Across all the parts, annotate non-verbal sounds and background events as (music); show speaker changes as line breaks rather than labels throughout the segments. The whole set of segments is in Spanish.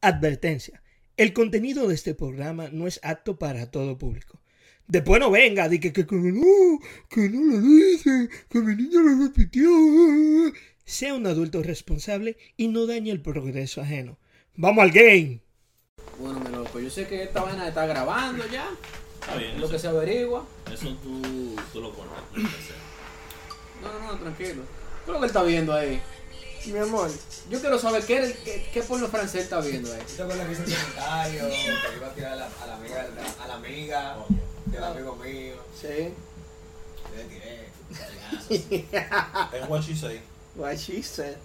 Advertencia. El contenido de este programa no es apto para todo público. Después no venga, di que, que, que no, que no lo dice, que mi niño lo repitió. Sea un adulto responsable y no dañe el progreso ajeno. ¡Vamos al game!
Bueno, mi loco, yo sé que esta vaina está grabando ya.
Está bien,
es lo
eso,
que se averigua.
eso tú, tú lo pones. no sé.
No, no, no, tranquilo. ¿Qué es lo que él está viendo ahí?
Mi amor,
Yo quiero saber qué, era el- qué, qué porno francés está viendo ahí.
Esto con lo que hizo el comentario, que iba a tirar a la, a la amiga, del- a la amiga del amigo mío.
sí,
Yo le tiré. coñazo.
Es what she say.
what she said.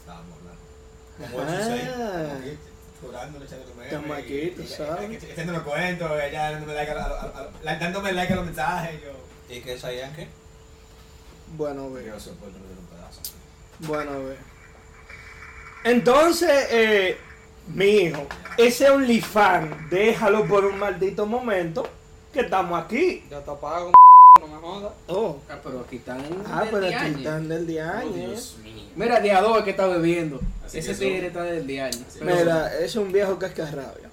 Estábamos hablando.
Es what she say.
Ah,
¿Viste? Jurándole, echándole tu meme.
Chamaquito,
y- y-
¿sabes?
y- Echándome cuentos, ella dándome like a, a- a- a- dándome like a los mensajes. Yo, Pues
¿Y qué es allá qué?
bueno, ve,
yo soporto no tener un pedazo.
bueno, ve. Entonces, eh, mi hijo, ese OnlyFans, déjalo por un maldito momento, que estamos aquí.
Ya está pago, no me jodas.
Oh,
Ah, pero aquí están.
ah,
de
pero aquí
diañe.
están del
Oh,
diaño. eh.
Dios mío.
Mira, Diador que está bebiendo.
Así
Ese
que
tigre
son-
está del diario. Pero- (laughs)
Mira, ese es un viejo cascarrabia.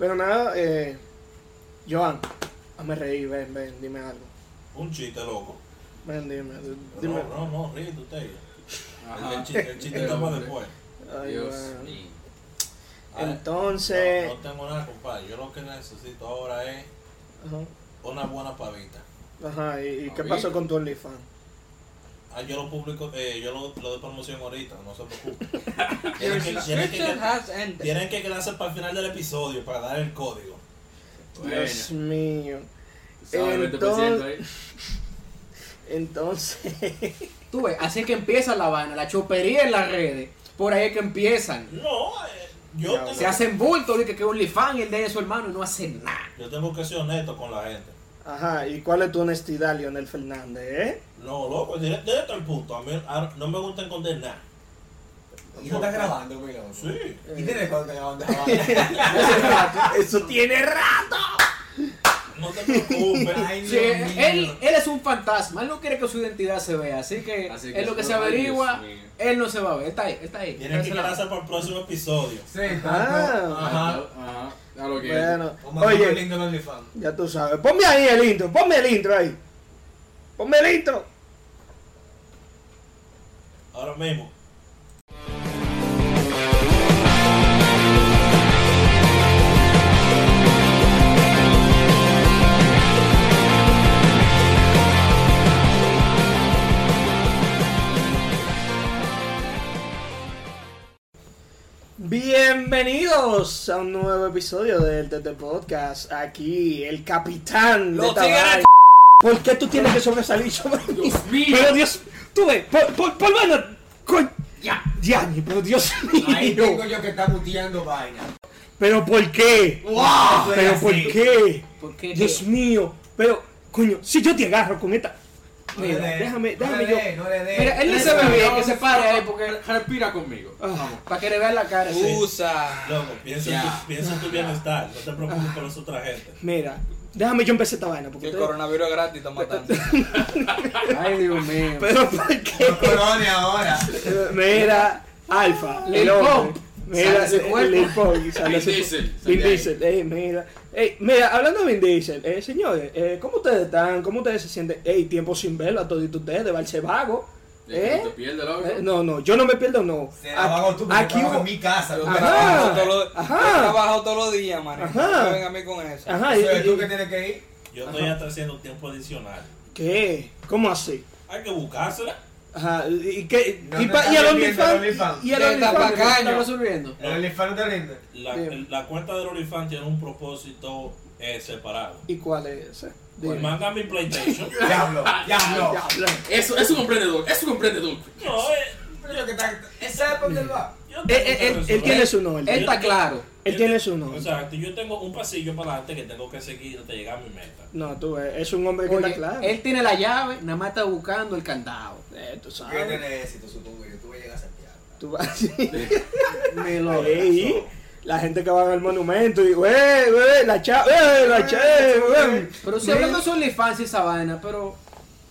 Pero nada, eh, Joan, ah, me reí, ven, ven, dime algo.
Un chiste loco.
Ven, dime, d- dime.
No, no, no, ríete usted. El,
Ajá.
el chiste, el chiste está para después.
Ay,
Dios
Joan.
mío.
Entonces,
No, no tengo nada, compadre. Yo lo que necesito ahora es una buena pavita.
ajá, ajá, ¿y, y qué
Amigo.
pasó con tu OnlyFans?
Ah, yo lo publico, eh, yo lo, lo doy promoción ahorita, no se preocupe.
Your
tienen, que, tienen, que,
subscription has ended.
tienen que quedarse para el final del episodio para dar el código.
Dios mío.
Sabe, 20%
¿eh?
ahí.
Entonces, (laughs)
Tú ves, así es que empieza la vaina, la chopería en las redes. Por ahí es que empiezan.
No, eh, yo,
Ya,
tengo,
Se hacen bulto, dice que es un lifan y el de su hermano y no hacen nada.
yo tengo que ser honesto con la gente.
ajá, ¿y cuál es tu honestidad, Leonel Fernández,
(laughs)
eh?
No, loco, dire- directo al punto. A mí a- no me gusta esconder nada.
¿Y tú estás grabando, mi loco?
Sí.
¿Y tienes cuánto grabando? Ay,
Eso tiene rato.
No te preocupes.
Sí,
Dios mío.
él, él es un fantasma, él no quiere que su identidad se vea, así que,
Así
en lo que
no,
se
ay,
averigua,
Dios mío.
él no se va a ver. Está ahí, está ahí.
Tienen que
Está ahí.
quedarse para el próximo episodio.
Sí,
Ah,
Ajá.
Ajá. A lo que
Bueno,
Oye,
oye,
lindo en OnlyFans.
ya tú sabes. Ponme ahí el intro, ponme el intro ahí. Ponme el intro.
Ahora mismo.
Bienvenidos a un nuevo episodio del TT Podcast. Aquí el capitán de
Los
esta
tigres.
vaina. ¿Por qué tú tienes que sobresalir sobre mí?
Dios mío.
Pero Dios, tú ves, por, por, por menos, coño, ya, ya, pero Dios
Ahí
mío.
tengo yo que está muteando vaina.
Pero ¿por qué?
¡Wow!
Pero ¿por qué?
¿Por qué?
Dios mío, pero coño, si yo te agarro con esta,
No le
Mira,
dé,
déjame-
no
déjame
le
yo-
dé, No le dé.
Mira, él ni se ve bien, que se pare ahí, porque
respira conmigo.
ah,
para que le vean la cara. así.
Usa.
Loco, piensa, en tu,
Ya.
piensa en tu bienestar. No te preocupes con las otras gente.
mira, déjame yo empecé esta vaina
Que
porque
el
ustedes-
coronavirus es gratis,
(laughs)
está matando.
¿Eh?
Ay, Dios mío.
pero ¿por
Los
(laughs) qué?
corones ahora.
Mira, Alfa,
Lil
el hombre.
Pump.
Mira,
Sale su cuerpo.
Lil Pump, sale
Vin
su-
Diesel, sale
Vin
ahí.
Diesel, eh, mira. Ey, mira, hablando de Vin Diesel, eh, señores, eh, ¿cómo ustedes están? ¿Cómo ustedes se sienten? Ey, tiempo sin verlo a todos ustedes, de Valsevago.
¿Eh? No te
¿Eh?
pierdas, loco.
Eh, No, no, yo no me pierdo, no.
Se la hago tú porque
Aquí
trabajo
hubo-
en mi casa.
Yo
tú
Ajá.
trabajo todos los- yo
Ajá.
trabajo todos los días, man.
Ajá.
No venga a mí con eso.
Ajá, y-
Eso es tú
y-
que tienes que ir.
Yo estoy hasta haciendo tiempo adicional.
¿Qué? ¿Cómo así?
Hay que buscársela.
Ajá, ¿y qué?
No
¿Y,
me
pa-
está
y el
vendiendo el
OnlyFans?
OnlyFans.
¿Y el
Te está
OnlyFans?
pagando.
¿Está resolviendo?
El OnlyFans no te rinde.
La,
Bien.
el- la cuenta del OnlyFans tiene un propósito eh, separado.
¿Y cuál es ese?
Pues
Dime.
manda mi
(laughs)
PlayStation.
Diablo, diablo.
Diablo.
Eso es un emprendedor, es un emprendedor.
No, eh,
Pero que está- ¿Sabes por qué él va?
yo
Eh,
tengo
eh,
que
él, él
resolver.
tiene su nombre.
Él está claro.
Él tiene su nombre.
Exacto, yo tengo un pasillo para adelante que tengo que seguir hasta llegar a mi
(laughs)
meta.
No, tú, ves, es un hombre que
Oye,
está claro.
Él tiene la llave, nada más está buscando el candado.
Eh, tú
Yo voy a
sabes.
tener éxito, supongo yo. Tú vas a llegar a Santiago.
Tú vas sí.
Me lo
Ey, La gente que va al monumento y, güey, güey, eh, la chava, güey, la chava, güey.
Pero si hablando de OnlyFans y esa vaina, pero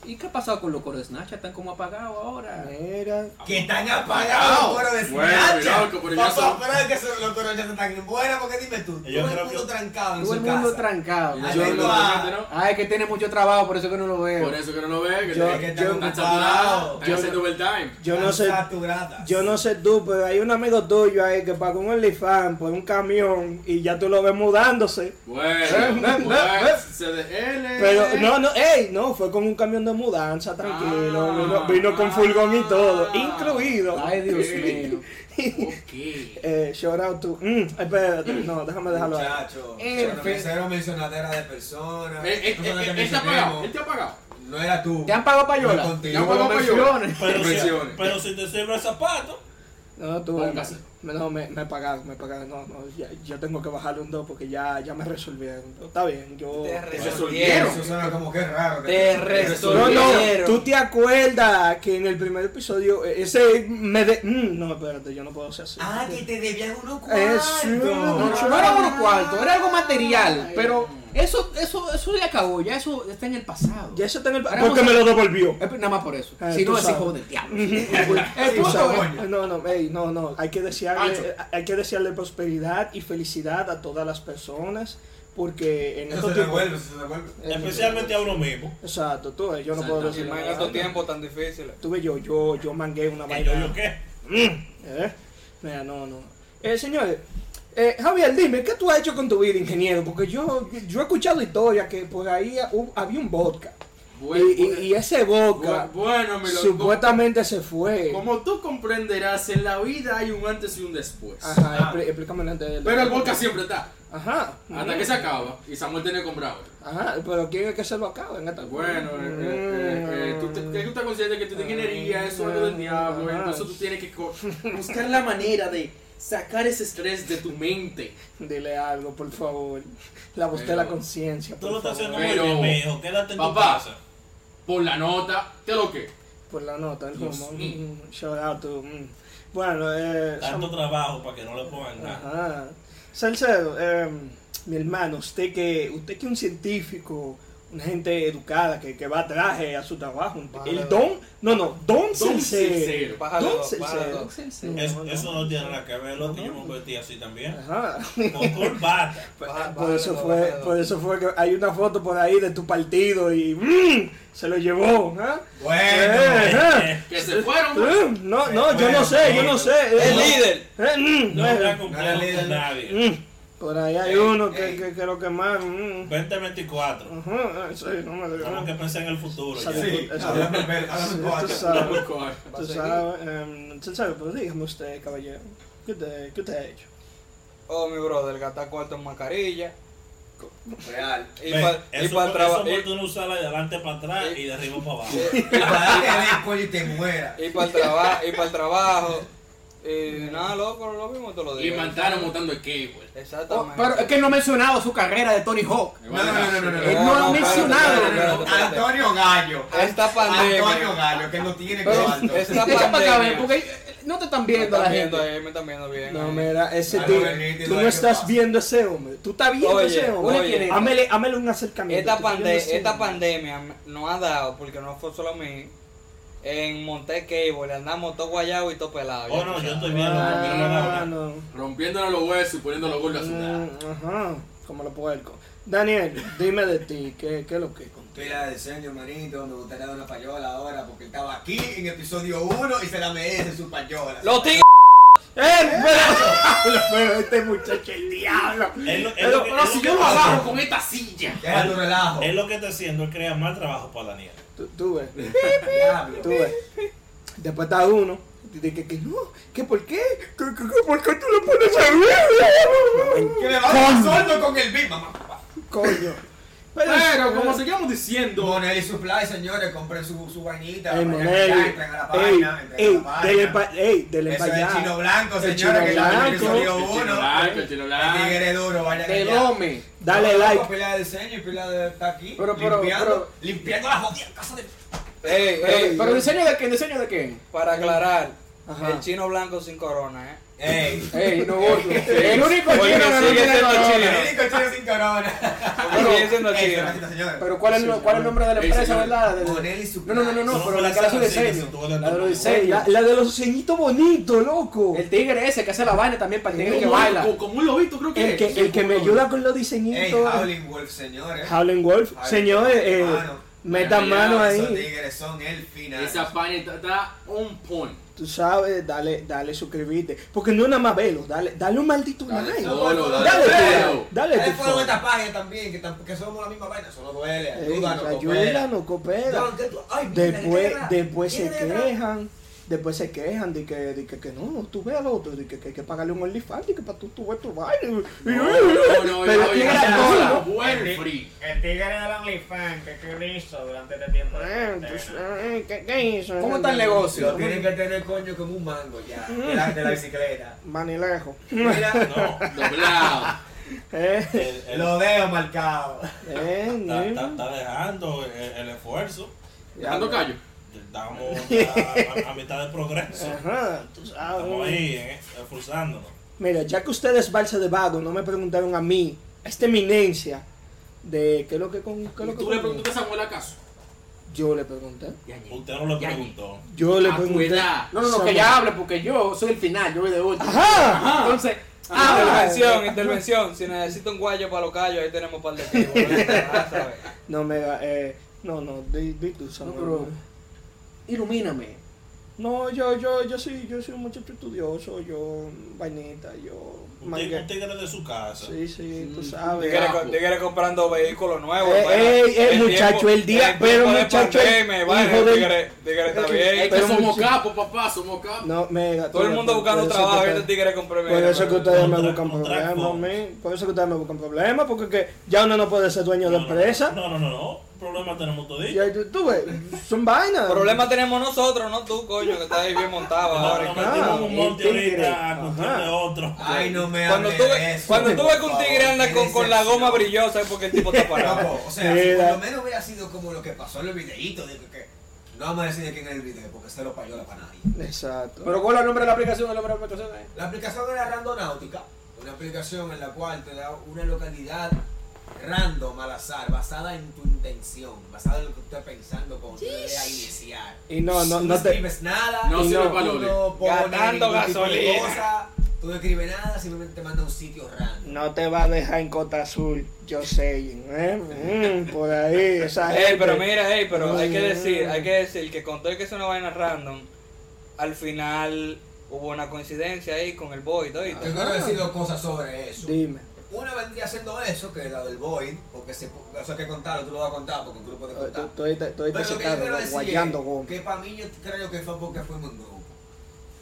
¿Y qué ha pasado con los coros de Snapchat? Están como apagados ahora.
Mira.
Que están apagados los coros de
Bueno,
Snapchat.
cuidado, pero ya
Papá,
son-
pero es que son- los coros ya están buenos, porque dime tú, todo
Yo
el
creo
mundo
que-
trancado en
Todo el
su
mundo
casa.
trancado.
Ay,
Yo
vengo
no lo
Ah, a-
veo, ¿no?
Ah, es que tiene mucho trabajo, por eso que no lo veo.
Por eso que no lo ve, que
Yo-
te-
que
que
están
están
ocupados.
saturados, están haciendo overtime.
Yo no
Están
sé.
saturadas.
Yo no sé tú, pero hay un amigo tuyo ahí que pagó un OnlyFans por un camión y ya tú lo ves mudándose. Eh,
Bueno,
eh,
bueno,
eh.
CDL.
Pero no, no, ey, no, fue con un camión de mudanza, tranquilo. vino, vino con furgón y todo, incluido.
Ay, Dios
Sí.
mío.
Ok.
Eh, shout out to. Mm, espérate, no, déjame dejarlo ahí.
Muchacho,
Eh,
Bueno,
fe-
cero mencionadera de personas.
Eh, eh,
personas
eh,
que
Él te ha pagado,
mencionemos.
él te ha pagado.
No era tú.
¿Te han pagado
No,
payola?
contigo.
¿Te han pagado
No menciones.
payola?
Pero si,
Presiones.
pero si te sirve el zapato,
No, tú.
Póngase.
me- No, me, me pagaron, me pagaron. No, no, ya- yo tengo que bajarle un 2 porque ya, ya me resolvieron. Pero Está bien, yo.
Te
Pero
resolvieron.
Eso suena como que raro. que
Te
No,
resolvieron.
no, tú te acuerdas que en el primer episodio, eh, ese me de... Mm, no, espérate, yo no puedo hacer así.
Ah, que te debían unos
Es-
No,
cuartos.
no, no era unos cuartos, era algo material. Pero eso, eso, eso ya acabó, ya eso está en el pasado.
Ya eso está en el...
Ahora
Porque
vamos
me
a-
lo
(laughs)
devolvió.
Es Nada más por eso.
Ah,
si
tú
no, es
sabes.
hijo del diablo.
Sí,
El
o sea,
punto es.
coño.
No, no, ey, no, no, hay que desearle,
Pancho.
eh, hay que desearle prosperidad y felicidad a todas las personas porque en
Eso
estos
se
tiempos...
devuelve, eso se devuelve.
especialmente a uno mismo.
Exacto, tú, eh, yo no puedo
Y
decir...
más en estos tiempos tan difíciles.
Tuve yo, yo, yo mangué una
Que
vaina.
yo, yo qué.
¿Eh? Mira, no, no. Eh, señores, eh, Javier, dime, ¿qué tú has hecho con tu vida, ingeniero? Porque yo, yo he escuchado historias que por ahí hu- había un vodka. Y,
Bueno,
y- y ese vodka
bueno, bueno, mi loco,
supuestamente se fue.
Como tú comprenderás, en la vida hay un antes y un después.
Ajá, expli- explícamelo antes de
Ah. Pero el vodka siempre está.
Ajá.
Hasta que se acaba. Y Samuel tiene comprado.
Ajá, pero ¿quién es que se lo acaba? En esta- Mm.
Bueno, eh, eh, eh, eh, tú, te- tú estás consciente que tú tienes ingeniería, eso es algo del diablo.
Ajá.
Entonces tú tienes que co- buscar la manera de sacar ese estrés de tu mente.
Dile algo, por favor. La voz de
Pero-
la conciencia,
Tú lo
por
estás haciendo
favor.
muy
Pero-
bien, mijo. Quédate en tu
Papá.
casa.
Por la nota, ¿qué es lo que?
Por Pues la nota, el
Dios
como,
mío.
mm, shout out to, mm. Bueno, eh...
Tanto
Sam-
trabajo para que no le pongan nada.
Ajá. Salcedo, eh, mi hermano, usted que usted que es un científico, una gente educada que, que va traje a su trabajo, un-
Vale,
el
vale.
don, no, no, don,
Don
Salcedo.
Salcedo.
Bájale
Don
dos, bájale
Salcedo.
dos.
Es-
no, no.
Eso no tiene nada que ver, lo que yo
No,
me vestí así
(laughs)
también.
Ajá.
Con corbata.
Bájale
Por
dos,
eso
bájale
fue,
dos.
por eso fue que hay una foto por ahí de tu partido y mm, se lo llevó, ¿ah? Eh,
Bueno.
eh,
Que se fueron.
mm, No, no, yo no sé, yo no sé.
El
eh,
líder.
eh, mm,
No voy a
eh,
comprar
Dale,
con
dale.
nadie.
mm. Por ahí hay
Ey,
uno que,
ey.
que, que lo quemaron. mm.
2024.
Ajá, eh, sí, no me
Tenemos que pensar en el futuro. (laughs) ya.
Sabe-
Sí,
Eso-
háblame, háblame
Tú
cuatro.
sabes,
Va
tú
a seguir.
sabes, em, tú sabes, pero dígame usted, caballero, ¿qué usted, qué usted ha hecho?
Oh, mi brother, gastar cuarto en mascarilla.
Real.
Y
Ve,
para y
eso
pa
por-
traba-
eso por
y-
tú no usar la de adelante para atrás
eh,
y de arriba para abajo.
y-
Y para darte el cuello y te muera.
y para el traba- y para el trabajo. Y nada, loco, lo mismo todos los
Y
días.
mandaron montando el cable.
Oh,
Exactamente.
pero es que no ha mencionado su carrera de Tony Hawk.
No, no, no, no, no, no.
Él no ha
No, no,
mencionado.
espérate, espérate, espérate.
Antonio Gallo.
Ah,
Esta pandemia.
Antonio Gallo, que no tiene
Pero-
cuarto.
esta
Está
Echa para acá,
pandemia.
ven, porque eh, no te están
Me
viendo la
están
gente.
viendo ahí, me están viendo bien.
No,
ahí.
mira, ese
Ah,
tío,
no, Benito,
tú no
¿qué
estás
pasa?
viendo ese hombre, tú estás viendo
Oye,
ese hombre.
oye,
Hámele- hámele, hámele un acercamiento.
Esta,
tú estás
pande-
viendo ese
esta
hombre.
pandemia m- no ha dado, porque no fue solo a mí. En Monte Cable andamos todo guayado y todo pelado.
Oh, no,
ya tú
yo
sabes.
estoy viendo. no, a mí no me va
Ah,
a
no.
Rompiéndole los huesos y poniéndole los gordos a sudar.
Mm, Ajá, como lo puerco. Daniel, dime de ti, ¿qué, qué es lo que contigo?
Mira, diseño, hermanito, me gustaría dar una payola ahora porque estaba aquí en episodio 1 y se la merece su payola.
Los tigres.
¡Eh, (laughs) espera! Pero este muchacho es el diablo.
Es lo- es
Pero-
lo que-
Pero
es
si
lo
yo
que-
lo agarro con esta silla.
Deja tu relajo.
Es lo que está haciendo, es crear más trabajo para Daniel.
Tú- tú ves.
Diablo.
Tú ves. Después está uno. Dice que, que no, que por qué, que, que- que por qué tú le pones a mí.
Que me va a dar sordo con el beat, mamá.
Coño. eh,
Pero como seguimos diciendo,
Monelli Supply, señores, compren su, su vainita.
Ey,
vayan
Monelli.
allá, entren a la
Ey,
página, entren
ey,
a la
dele
página.
pa, ey, dele
Eso
pa
es el
allá.
chino blanco,
El
señores,
chino
que está en el
blanco.
episodio
El chino
1.
blanco, el chino blanco.
El tigre duro, vaya
Del hombre.
Dale like.
Pila de diseño y pila de está aquí.
Pero, pero,
limpiando,
pero-
limpiando la jodida casa de.
Ey,
Pero,
ey,
pero diseño de qué, diseño de qué.
para aclarar,
Ajá.
El chino blanco sin corona, ¿eh?
Ey.
Ey, no gordo.
(laughs)
El único chino
Porque
que no
sigue
tiene
siendo
corona.
chino.
(laughs) El único chino sin corona.
Porque sigue siendo
Ey,
chino.
tranquilo, señor.
Pero ¿cuál es, el- cuál es el nombre de la
Ey,
empresa,
señor.
verdad? De-
Bonelli Supply.
No, no, no, no,
Somos
pero la que
las
hace
armas, sí, que
diseño.
si tú ganas
La de los
tu-
diseños. La, la de los diseñitos bonitos, loco.
El tigre ese que hace la vaina también para el tigre que baila.
Como, como un lobito, creo que
El que,
es.
el que me ayuda con los
Ey,
diseñitos.
Howling Wolf, señores.
Howling Wolf.
Howling
Señores,
Wolf,
eh,
hermano.
metan mano
Esos
ahí.
tigres son el final.
Esa vaina está, está on point.
Tú sabes, dale, dale, suscribirte. Porque no es nada más velo, dale, dale un maldito
Dale
like.
follow,
Solo,
dale
Dale,
follow.
tú, dale,
Dale
tu
fuego a
follow.
esta página también, que tampoco somos la misma vaina. Solo duele,
Ey,
ayúdanos, coopera.
Ayúdanos, coopera.
Don, ¿qué tú- ay, mira, ¿qué
Después,
era?
después
¿Qué
se
era?
quejan, después se quejan de que, de que, que no, tú ves al otro, de que, que hay que pagarle un OnlyFans, de que para tú, tú ves tu baile.
No, no,
Pero
no,
tiene
no,
la
no,
cola.
no, buen free.
El tigre del OnlyFans que tú hizo durante este tiempo. de
Eh, pues,
cuarentena.
eh, ¿Qué, qué hizo?
¿Cómo está el
Lo
negocio?
tienen que tener coño como un mango ya, de la, de la bicicleta.
Manilejo. (laughs)
Mira,
No,
Doblado.
Eh,
el- el-
(laughs) lo veo marcado.
eh,
está,
ni-
está- está dejando el, el esfuerzo.
Dejando callo.
Estamos a, a- a mitad de progreso.
Ajá, tú
Estamos
sabes.
ahí, eh, esforzándonos.
Mira, ya que ustedes balsa de vago, no me preguntaron a mí, a esta eminencia, de qué es lo que con. Qué es lo
¿Y
que
tú le
con-
preguntaste a Samuel acaso?
Yo le pregunté.
Usted no le preguntó.
Yo le
Ah,
A tu
pregunté.
edad.
No, no, no, que ya hable porque yo soy el final, yo voy de último.
Ajá.
Entonces,
Ah,
habla.
Intervención, intervención. Si necesita un guayo para los callos, ahí tenemos un par de tipos. Ah, ¿sabes?
No, me eh, no, no, di, di tú,
No,
Samuel.
pero ilumíname.
No, yo, yo, yo sí, yo soy un muchacho estudioso, yo, vainita, yo,
Usted es
mangue.
un tigre de su casa.
Sí, sí, tú
Mm,
Tú
sabes.
quieres co- tú quieres comprando vehículos nuevos.
Eh,
vaina.
eh, eh, muchacho,
tiempo-
el día-
tiempo
pero
de
muchacho, el
pandemia, vaina,
hijo del-
tigre- tigre está
Es
bien.
que
Pero
somos
mucho-
capos, papá, somos capos.
No, mega.
Todo el mundo buscando trabajo, este tigre compró
Por eso que ustedes me
Contra-
buscan
contra-
problemas,
con-
men. por eso que ustedes me buscan problemas, porque que ya uno no puede ser dueño de
No, no,
empresa.
No, no, no, no. Problema tenemos todito.
Ya, tú, tú ves, son vainas.
Problema tenemos nosotros, no tú, coño, que estás ahí bien montado
Nos
ahora.
nos
claro,
metimos en un
el
monte
tigre.
ahorita a cuestión
Ajá.
de otro. (laughs)
Ay, no me
Cuando
hables
tú,
de
ves,
eso,
cuando tú
por
ves que un
favor,
tigre anda
qué
con, con la goma
decepción.
brillosa es porque el tipo está parado.
Loco, o sea, si
Mira.
por lo menos hubiera sido como lo que pasó en el videíto, digo que no vamos a decir de quién era el video, porque se lo payola para nadie.
Exacto.
Pero ¿cuál es el nombre de la aplicación? El nombre de la aplicación eh?
La aplicación era Randonáutica, una aplicación en la cual te da una localidad random al azar, basada en tu intención, basada en lo que tú estás pensando cuando tú le das a iniciar.
y no, no,
tú
no te.
escribes nada,
No
tú
sirve
no
para lo de-
pones
Gastando
ningún tipo de
gasolina.
cosa, tú no escribes nada, simplemente te manda a un sitio random.
No te va a dejar en Cota Azul, yo sé, ¿eh? Mm, por ahí, esa
Ey,
gente.
pero mira, ey, pero hay que
Mm.
decir, hay que decir que con todo y que es una vaina random, al final hubo una coincidencia ahí con el boy,
Yo
Ah.
¿oíste?
quiero decir dos cosas sobre eso.
Dime.
Una vendría siendo eso, que es la del Void, porque se, eso que contarlo, tú lo vas a contar, porque un grupo de
Tú-
contar.
tú- tú ahorita- tú ahorita
Pero lo que yo
secado,
quiero decir
guayando
es
goma.
que para mí yo creo que fue porque fuimos un grupo.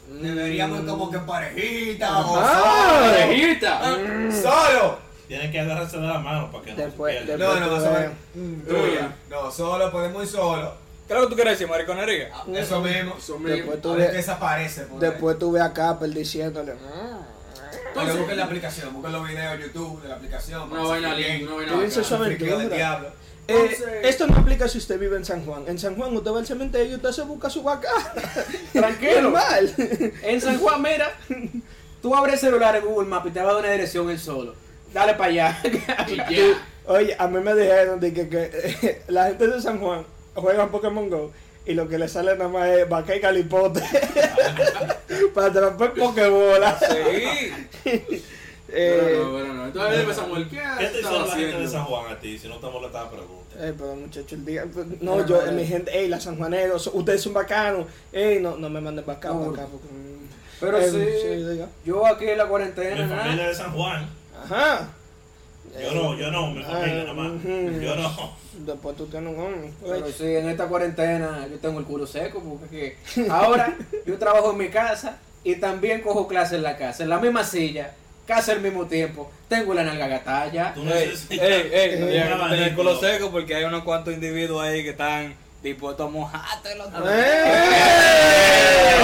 Deberíamos como que en parejita o
Ah. Mm.
solo.
Parejita.
Ah, ¡Solo!
Tienen que agarrarse de la mano para que no se
Después-
pierda.
después-
No, no, más o menos.
Eh.
Mm, tuya. No, solo, podemos ir solo.
¿Qué es lo que tú quieres decir, mariconería?
Ah, Eso mismo.
Eso mismo.
Después
A
tú
ver qué
ves-
desaparece. por ahí.
después tú ves a Capel diciéndole. "Mm".
Pero busquen la aplicación, busquen los videos de YouTube de la aplicación.
Una vaina linda, una vaina
Dice
bacana.
eso-
El del
Aventura.
diablo.
Eh, esto no aplica si usted vive en San Juan. En San Juan usted va al cementerio y usted se busca su vaca.
Tranquilo.
Normal.
En San Juan, mira, tú abres el celular en Google Maps y te va a dar una dirección él solo. Dale para allá.
Y ya.
Oye, a mí me dijeron de que, que, (laughs) eh, la gente de San Juan juegan Pokémon Go y lo que le sale nada más es vaca y calipote (laughs) para atrapar Pokébolas.
Sí.
Pero
(laughs) Eh,
no, pero no. Entonces dime Samuel, ¿qué
¿Qué te
has
hizo
estado
la gente de San
haciendo?
Juan a ti? Si no te molesta la pregunta.
Eh, pero muchachos, el día. pues, No, yo, mi gente, ey, la San Juaneros, ustedes son bacanos. Ey, no, no me manden bacano
No.
acá porque. mm,
Pero
eh,
sí,
diga.
yo aquí en la
Mi
cuarentena,
familia
nada.
es de San Juan.
Ajá.
Yo no, yo no, mi familia nada más.
Ah, ujú.
Yo no.
Después tú tienes un. pues.
Pero sí, en esta cuarentena yo tengo el culo seco porque es que ahora yo trabajo en mi casa y también cojo clases en la casa, en la misma silla, casi al mismo tiempo. Tengo la nalga gatalla.
Tú
Ey,
necesitas.
ey, ey, no
Eh,
digas que
un
tú tenés el culo
abanico.
seco porque hay unos cuantos individuos ahí que están dispuestos a mojarte los
¡Eh!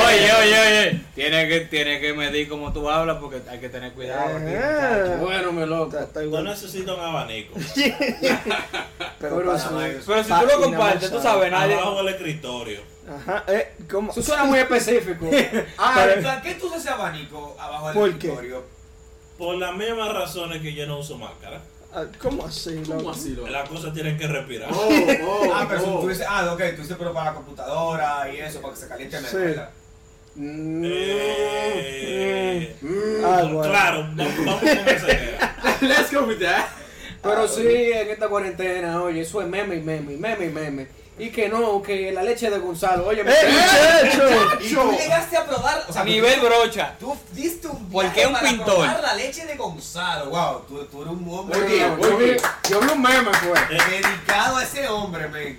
Oye, oye, oye, tienes que, tienes que medir cómo tú hablas porque hay que tener cuidado. aquí, muchacho.
Ajá.
Bueno, me loco.
Está- está
Tú
igual.
necesitas un abanico.
Pero
Pero
pasa.
sí.
Pero si tú lo
Página
compartes, tú sabes, nadie,
Ah, Abajo del escritorio.
Ajá, eh, ¿cómo?
Eso suena muy específico.
Ah,
Pero-
¿para qué tú usas ese abanico abajo del
¿Por qué?
escritorio?
Por las mismas razones que yo no uso máscara.
Ah, ¿Cómo así?
¿Cómo
loco?
así,
(laughs)
loco?
Las cosas tienen que respirar.
Oh, oh,
Ah, pero
oh.
tú dices, ah, ok, tú dices, pero para la computadora y eso, para que se caliente mejor.
Sí.
¿verdad?
Mm.
Eh,
Ah, bueno.
Claro, vamos, vamos con
(laughs)
esa
(laughs) Let's go with that.
Pero sí, en esta cuarentena, oye, eso es meme y meme y meme y meme. Y que no, que la leche de Gonzalo, oye,
¡Eh, muchacho!
Y tú llegaste a probar, o sea,
A nivel
tú,
brocha.
tú diste un
¿Por
viaje
qué un
para
pintor?
probar la leche de Gonzalo. Wow, tú, tú eres un hombre
Yo vi- yo vi- yo vi un meme, pues.
dedicado a ese hombre, men.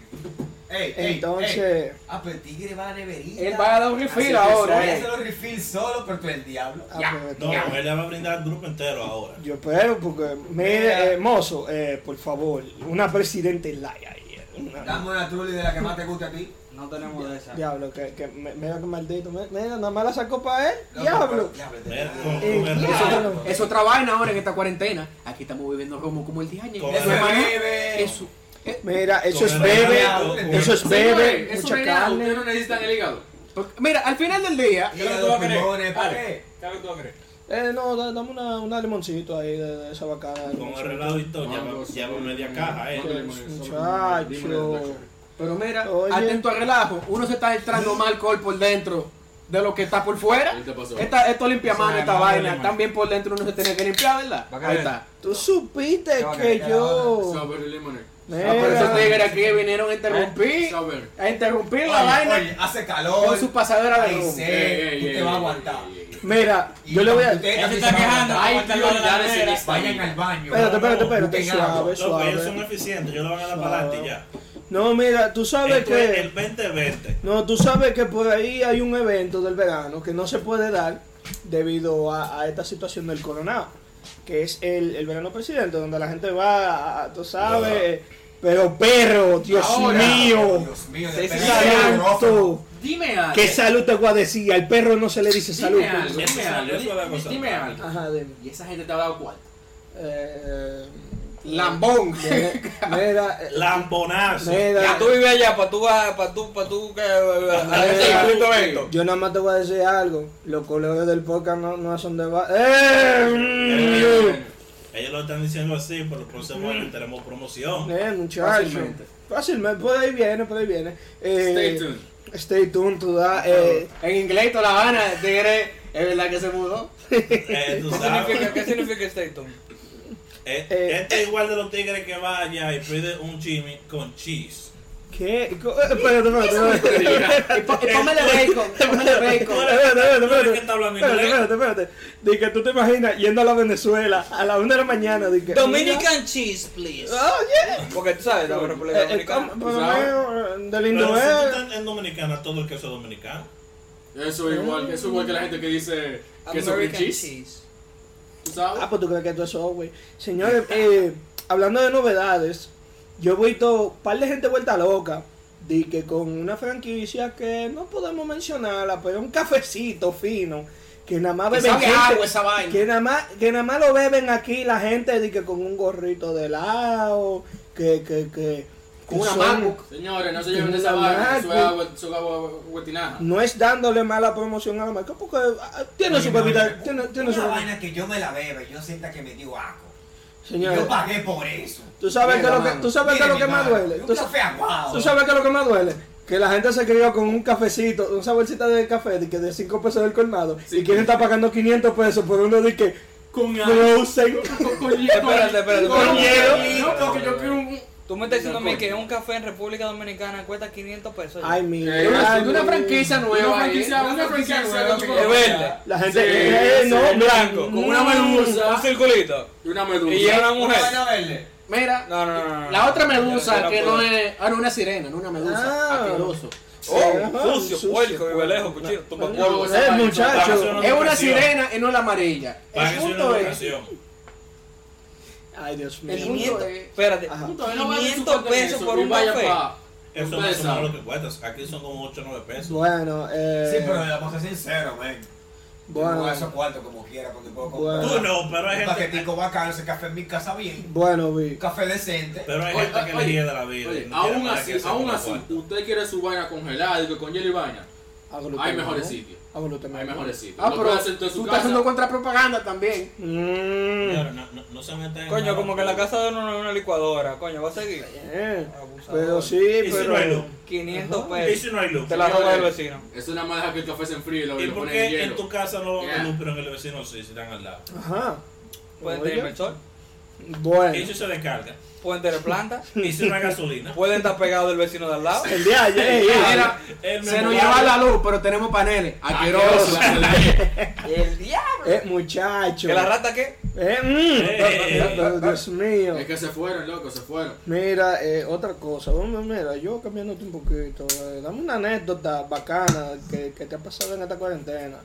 Ey, ey, ey.
Entonces,
Ah, pero el tigre va a la neverita.
Él va a dar un
Así
refill
que
ahora,
solo,
eh.
hace los refills solo, pero tú eres el diablo.
ah, pero-
No, él le va a brindar al grupo entero ahora.
yo espero porque, mire, eh, mozo, eh, por favor, una presidente light ahí. eh, una-
Dame una trulli de la que más te gusta a ti.
No tenemos de esa.
Diablo, que, que me- mira que maldito, me- mira, nada más la sacó para él,
No,
diablo.
pero- Diablo, te-
Ver, con-
Eh,
con el-
ya.
Diablo.
Es otra vaina ahora en esta cuarentena. Aquí estamos viviendo romo como el diaño.
Con
Eso,
el-
hermano,
Bebe.
Eso.
Mira, eso
con
es
el
bebe,
hígado, con-
eso es bebe,
Señores, eso
mucha
no es nada,
carne.
Ustedes no necesitan el hígado.
Porque, Mira, al final del día,
Y los pulmones, ¿para qué?
Eh, no, da- dame una, una limoncito ahí de, de esa bacana.
Con el relato y todo,
Ah,
lleva, lleva media caja, eh.
Muchacho.
pero mira,
Oye.
atento al relajo, uno se está entrando más alcohol por dentro de lo que está por fuera.
Él te pasó.
Esta, esto limpia mano, esta
no,
vaina.
no, no.
También por dentro uno se tiene que limpiar, ¿verdad?
Va a
Ahí
caer.
está.
Tú supiste
No,
que
que-
yo...
Strawberry lemonade.
Ah, pero esos
Mira,
tigres aquí vinieron a interrumpir,
Strawberry.
a interrumpir la
Oye,
vaina
oye, hace calor.
con su pasadera de
Ay,
rumbo.
sí.
Ey, ey,
Eh, tú
ey,
te vas a
ey,
aguantar.
ey, ey, ey.
mira, yo le voy a...
Ustedes
Él se
también
está
van a
quejando.
aguantar.
Hay
aguanta el lado de la
prioridades en
nevera.
esta
Vayan
vida.
al baño.
Espérate, espérate, espérate,
Busquen agua.
suave,
Loco, ellos son
suave.
eficientes, yo le van a dar para adelante y ya.
No, mira, tú sabes
Esto es
que...
el 2020.
No, tú sabes que por ahí hay un evento del verano que no se puede dar debido a, a esta situación del coronado, que es el, el verano presidente, donde la gente va, a- a- tú sabes, pero perro, Dios
Ahora,
mío,
Dios mío,
Sí, sí,
depende
sí.
del micrófono.
santo,
Dime algo.
qué salud te voy a decir, al perro no se le dice salud.
Dime algo.
Eso
Dime
salió, eso la
algo.
cosa.
di- Dime algo.
Ajá, dime.
Y esa gente te ha dado cuarto.
Eh,
Lambón.
mira,
(laughs)
eh,
Lambonazo.
mira,
Ya tú vives allá, para tú, para tú, para tú, que. a
eh,
ese circuito
eh,
esto.
yo nada más te voy a decir algo, los colores del podcast no, no son de... ba- ¡Eh! mm.
Ellos lo están diciendo así, por los próximos años tenemos promoción.
Eh, muchacho.
Fácilmente.
Fácilmente. Fácilmente, por ahí viene, por ahí viene. Eh,
Stay tuned.
Stay tuned, tú da. Eh,
En inglés y toda la Habana, el tigre, es verdad que se mudó.
Eh,
(laughs)
tú
¿Qué
sabes.
significa, ¿Qué significa Statum?
Eh,
Eh,
este es igual de los tigres que va allá y pide un chimi con cheese.
¿Qué? Co- eh, Espérate, espérate, espérate.
Y po- y póngale bacon, póngale
Tú
bacon.
Espérate,
eres-
espérate,
tú eres
espérate.
que está hablando
Espérate,
inglés.
espérate, espérate. Di que tú te imaginas yendo a la Venezuela a las 1 de la mañana. di que,
Dominican cheese, please.
¿Ah?
mira, Oh, yeah.
Porque tú sabes, la República
Eh, eh,
Dominicana.
como- por lo
¿sabes?
menos, eh, del
Pero si tú
Indoel.
estás en Dominicana, todo el queso es dominicano.
Eso es igual, eso es igual que la gente que dice que eso es
American
cheese.
cheese.
¿Tú
Ah,
sabes?
pues tú crees que todo eso, güey. Señores, eh, hablando de novedades, yo he visto un par de gente vuelta loca. De que con una franquicia que no podemos mencionarla, pero un cafecito fino. Que nada más
Que
beben
sabe
gente-
agua esa vaina.
que nada más, que nada más lo beben aquí la gente de que con un gorrito de lado, que, que, que,
Con
que
una
son-
mango.
Señores, no se lleven de esa vaina, eso es agua, eso es agua guetinaja.
(laughs) No es dándole mala promoción a la marca, porque ah, tiene
Oye,
su
no,
bebida,
yo-
tiene, tiene su
Una vaina que yo me la beba y yo sienta que me dio asco. Y
Señores,
Yo pagué por eso.
tú sabes que
Mira,
lo que,
mano.
tú sabes que
Mire,
lo que
mi
más
madre,
duele.
Un
tú sa-
café aguado.
¿Tú sabes qué es lo que más duele? Que la gente se crió con un cafecito, una bolsita de café de, que de 5 pesos del colmado y quieren estar pagando 500 pesos por uno de que
Con
frozen.
Espérate, espérate, espérate.
No, porque yo quiero un.
Ah,
Tú me estás diciendo a mí
Coño.
que un café en República Dominicana cuesta 500 pesos.
Ay, mi
Eh, una-
ay,
una
mi-
franquicia
Una
nueva. ahí.
franquicia, ¿eh? una franquicia nueva.
Es
tú
verde.
conoces.
La gente.
Sí,
eh,
sí,
no,
sí.
Blanco.
Con una medusa.
Un circulito.
Y una
Y
medusa.
era una
Una
mujer.
vaina verde.
Mira,
No, no, no, no.
la otra
Yo
medusa
la
que
puedo-
no es. Ah, no, una sirena, no una medusa.
Ah.
Asqueroso.
Oh, sucio, puerco, bibelejo, cuchillo,
pues, polvo,
tumbapolvo.
esa
Eh,
vaina,
muchacho.
Una
Es una
educación.
sirena y no la amarilla.
Para
El
que sea una
punto es.
educación.
Ay, Dios mío.
El punto es.
Espérate,
Ajá.
Ustedes no vayan a su
500 pesos
contenido
por
y
un
vayan
café.
pa-
Eso no
Ustedes
es lo
saben.
que cuesta. Aquí son como 8 o 9 pesos.
Bueno, eh.
Sí, pero vamos a ser sinceros, men. Bueno.
Bueno.
a esos cuartos como quiera, porque puedo comprar.
Bueno.
Tú no, pero hay
Un
gente.
paquetico bacano, ese café en mi casa bien.
Bueno,
Un
Vic.
café decente.
Pero hay
Oye,
gente que
oye,
le llega de la vida.
Oye,
y no quiere
aún
nada
así,
que hacer
aún
con la
así,
cuarta.
usted quiere su vaina congelada, digo, con hielo y vaina.
Aglutinado.
Hay mejores sitios.
Aglutinado.
Hay mejores sitios.
Ah,
Lo
pero
puede hacer tú en su
tú estás
casa.
haciendo contrapropaganda también.
Mm.
Señores, no- no- No se meten en
Coño,
nada.
como que la casa de uno no es una licuadora. Coño, va a seguir.
Eh,
Abusador.
Pero sí,
Y si no hay
pero.
luz.
500
¿Y
pesos.
si no hay luz?
pues, Te la roba el
Señores.
vecino.
Eso nada más deja que el café se enfríe y lo,
¿Y
lo
por
pones en
qué en
hielo.
tu casa no va a
Yeah.
luz, pero en el vecino sí, si están al lado?
Ajá.
Pueden
Oye.
tener inversor,
Bueno.
Eso se descarga.
pueden tener planta,
Y si no hay gasolina.
pueden estar pegados del vecino de al lado.
El día de ayer. eh, eh.
Mira,
Él
se
mismo
nos
va
lleva
a-
la luz, pero tenemos paneles.
Asqueroso.
Asqueroso. (laughs)
El diablo.
Eh, muchacho.
¿Que la rata qué?
Eh, mm.
Eh,
Pero, Dios mío.
Es que se fueron, loco, se fueron.
Mira, eh, otra cosa, Bueno, mira, yo cambiándote un poquito, eh, dame una anécdota bacana que, que te ha pasado en esta cuarentena,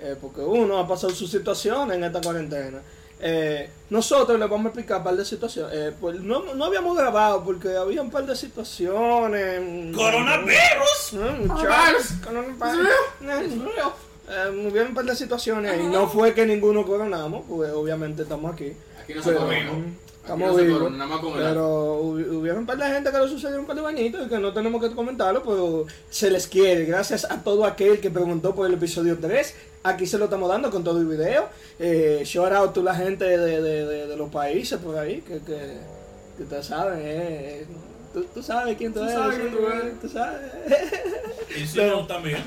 Eh, porque uno ha pasado sus situaciones en esta cuarentena. Eh, nosotros les vamos a explicar un par de situaciones, Eh, pues no, no habíamos grabado porque había un par de situaciones. mm,
¡Coronavirus!
Mm,
Ah,
muchachos, coronavirus. Eh, hubieron un par de situaciones y no fue que ninguno coronamos, pues obviamente estamos aquí.
Aquí no se
Pero, mm,
coronó. Aquí
estamos
no se
vivos.
coronó, nada más con el
Pero hubi- hubieron un par de gente que le sucedió un par de bañitos y que no tenemos que comentarlo, pero se les quiere. Gracias a todo aquel que preguntó por el episodio 3. Aquí se lo estamos dando con todo el video. Eh, shout out to la gente de, de- de- de los países por ahí, que, que, que ustedes saben, eh, eh, tú, tú sabes quién tú,
Tú
eres.
sabes quién tú
eh,
eres.
tú sabes.
Y si
Pero-
no, también.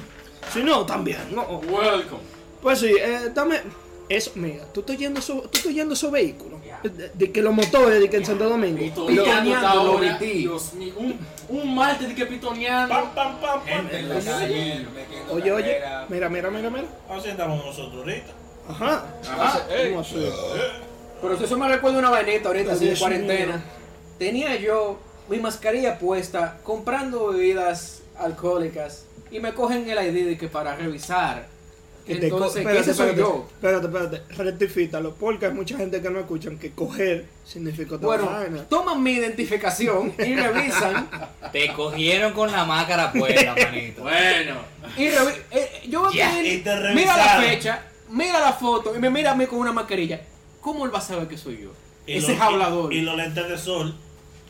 si no, también. No.
Welcome.
Pues sí, eh, dame. Eso, mira, tú estás yendo esos tú estás yendo esos vehículos. De, de que los motores, de que en Santo Domingo.
Pitoneando
Pitoneando,
hasta
lo
ahora.
metí.
Dios mío, Uh, un, un martes de que pitoneando.
¡Pam, pam, pam, pam!
Gente en la calle, metiendo
Oye, oye,
carrera.
mira, mira, mira, mira.
Así estamos nosotros ahorita.
Ajá.
Ajá.
¿Cómo así?
Pero eso me recuerda una vainita ahorita, así de
Dios mío.
cuarentena. Tenía yo mi mascarilla puesta, comprando bebidas alcohólicas, y me cogen el ID de que para revisar.
Que te co-
Entonces, ¿qué ese soy yo?
espérate, espérate, rectifítalo, porque hay mucha gente que no escuchan que coger significa otra
Bueno,
vaina.
toman mi identificación y revisan.
Te cogieron con la máscara (laughs) puesta, manito.
Bueno.
y revi- eh, yo voy
Ya,
a
y
pedir,
te
mira la
revisaron.
fecha, mira la foto, y me mira a mí con una mascarilla. ¿Cómo él va a saber que soy yo?
Y
ese
los-
es hablador.
Y, y los lentes de sol.